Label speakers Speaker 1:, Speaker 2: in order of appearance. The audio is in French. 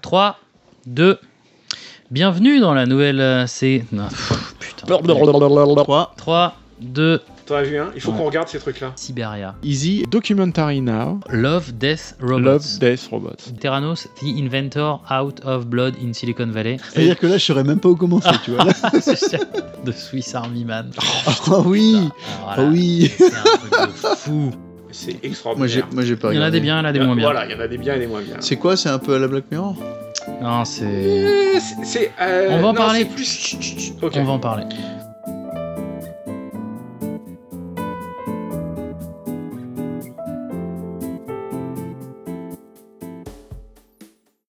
Speaker 1: 3, 2. Bienvenue dans la nouvelle. euh, C'est. non, pff, putain.
Speaker 2: 3.
Speaker 1: 3, 2,
Speaker 3: Toi, Julien, il faut
Speaker 2: Ouais.
Speaker 3: qu'on regarde ces trucs-là.
Speaker 1: Siberia.
Speaker 2: Easy Documentary Now.
Speaker 1: Love, Death, Robots.
Speaker 2: Love Death Robots.
Speaker 1: Terranos, The Inventor Out of Blood in Silicon Valley.
Speaker 4: C'est-à-dire que là, je saurais même pas où commencer, tu vois. Là,
Speaker 1: de Swiss Army Man.
Speaker 4: ah oui
Speaker 1: Alors,
Speaker 4: Ah
Speaker 1: voilà,
Speaker 4: oui
Speaker 1: C'est un truc de fou.
Speaker 3: C'est
Speaker 4: Moi, j'ai
Speaker 3: extraordinaire.
Speaker 4: moi, j'ai pas
Speaker 1: Il y en a
Speaker 4: regardé.
Speaker 1: des biens, il y en a des
Speaker 3: Il y a-
Speaker 1: moins bien.
Speaker 3: Voilà, il y en a des biens et des moins bien.
Speaker 4: C'est quoi C'est un peu à la Black Mirror
Speaker 1: Non, c'est.
Speaker 3: Euh, c'est- c'est, euh,
Speaker 1: On va en
Speaker 3: non,
Speaker 1: parler.
Speaker 3: c'est Plus... Ok.
Speaker 1: On va en parler.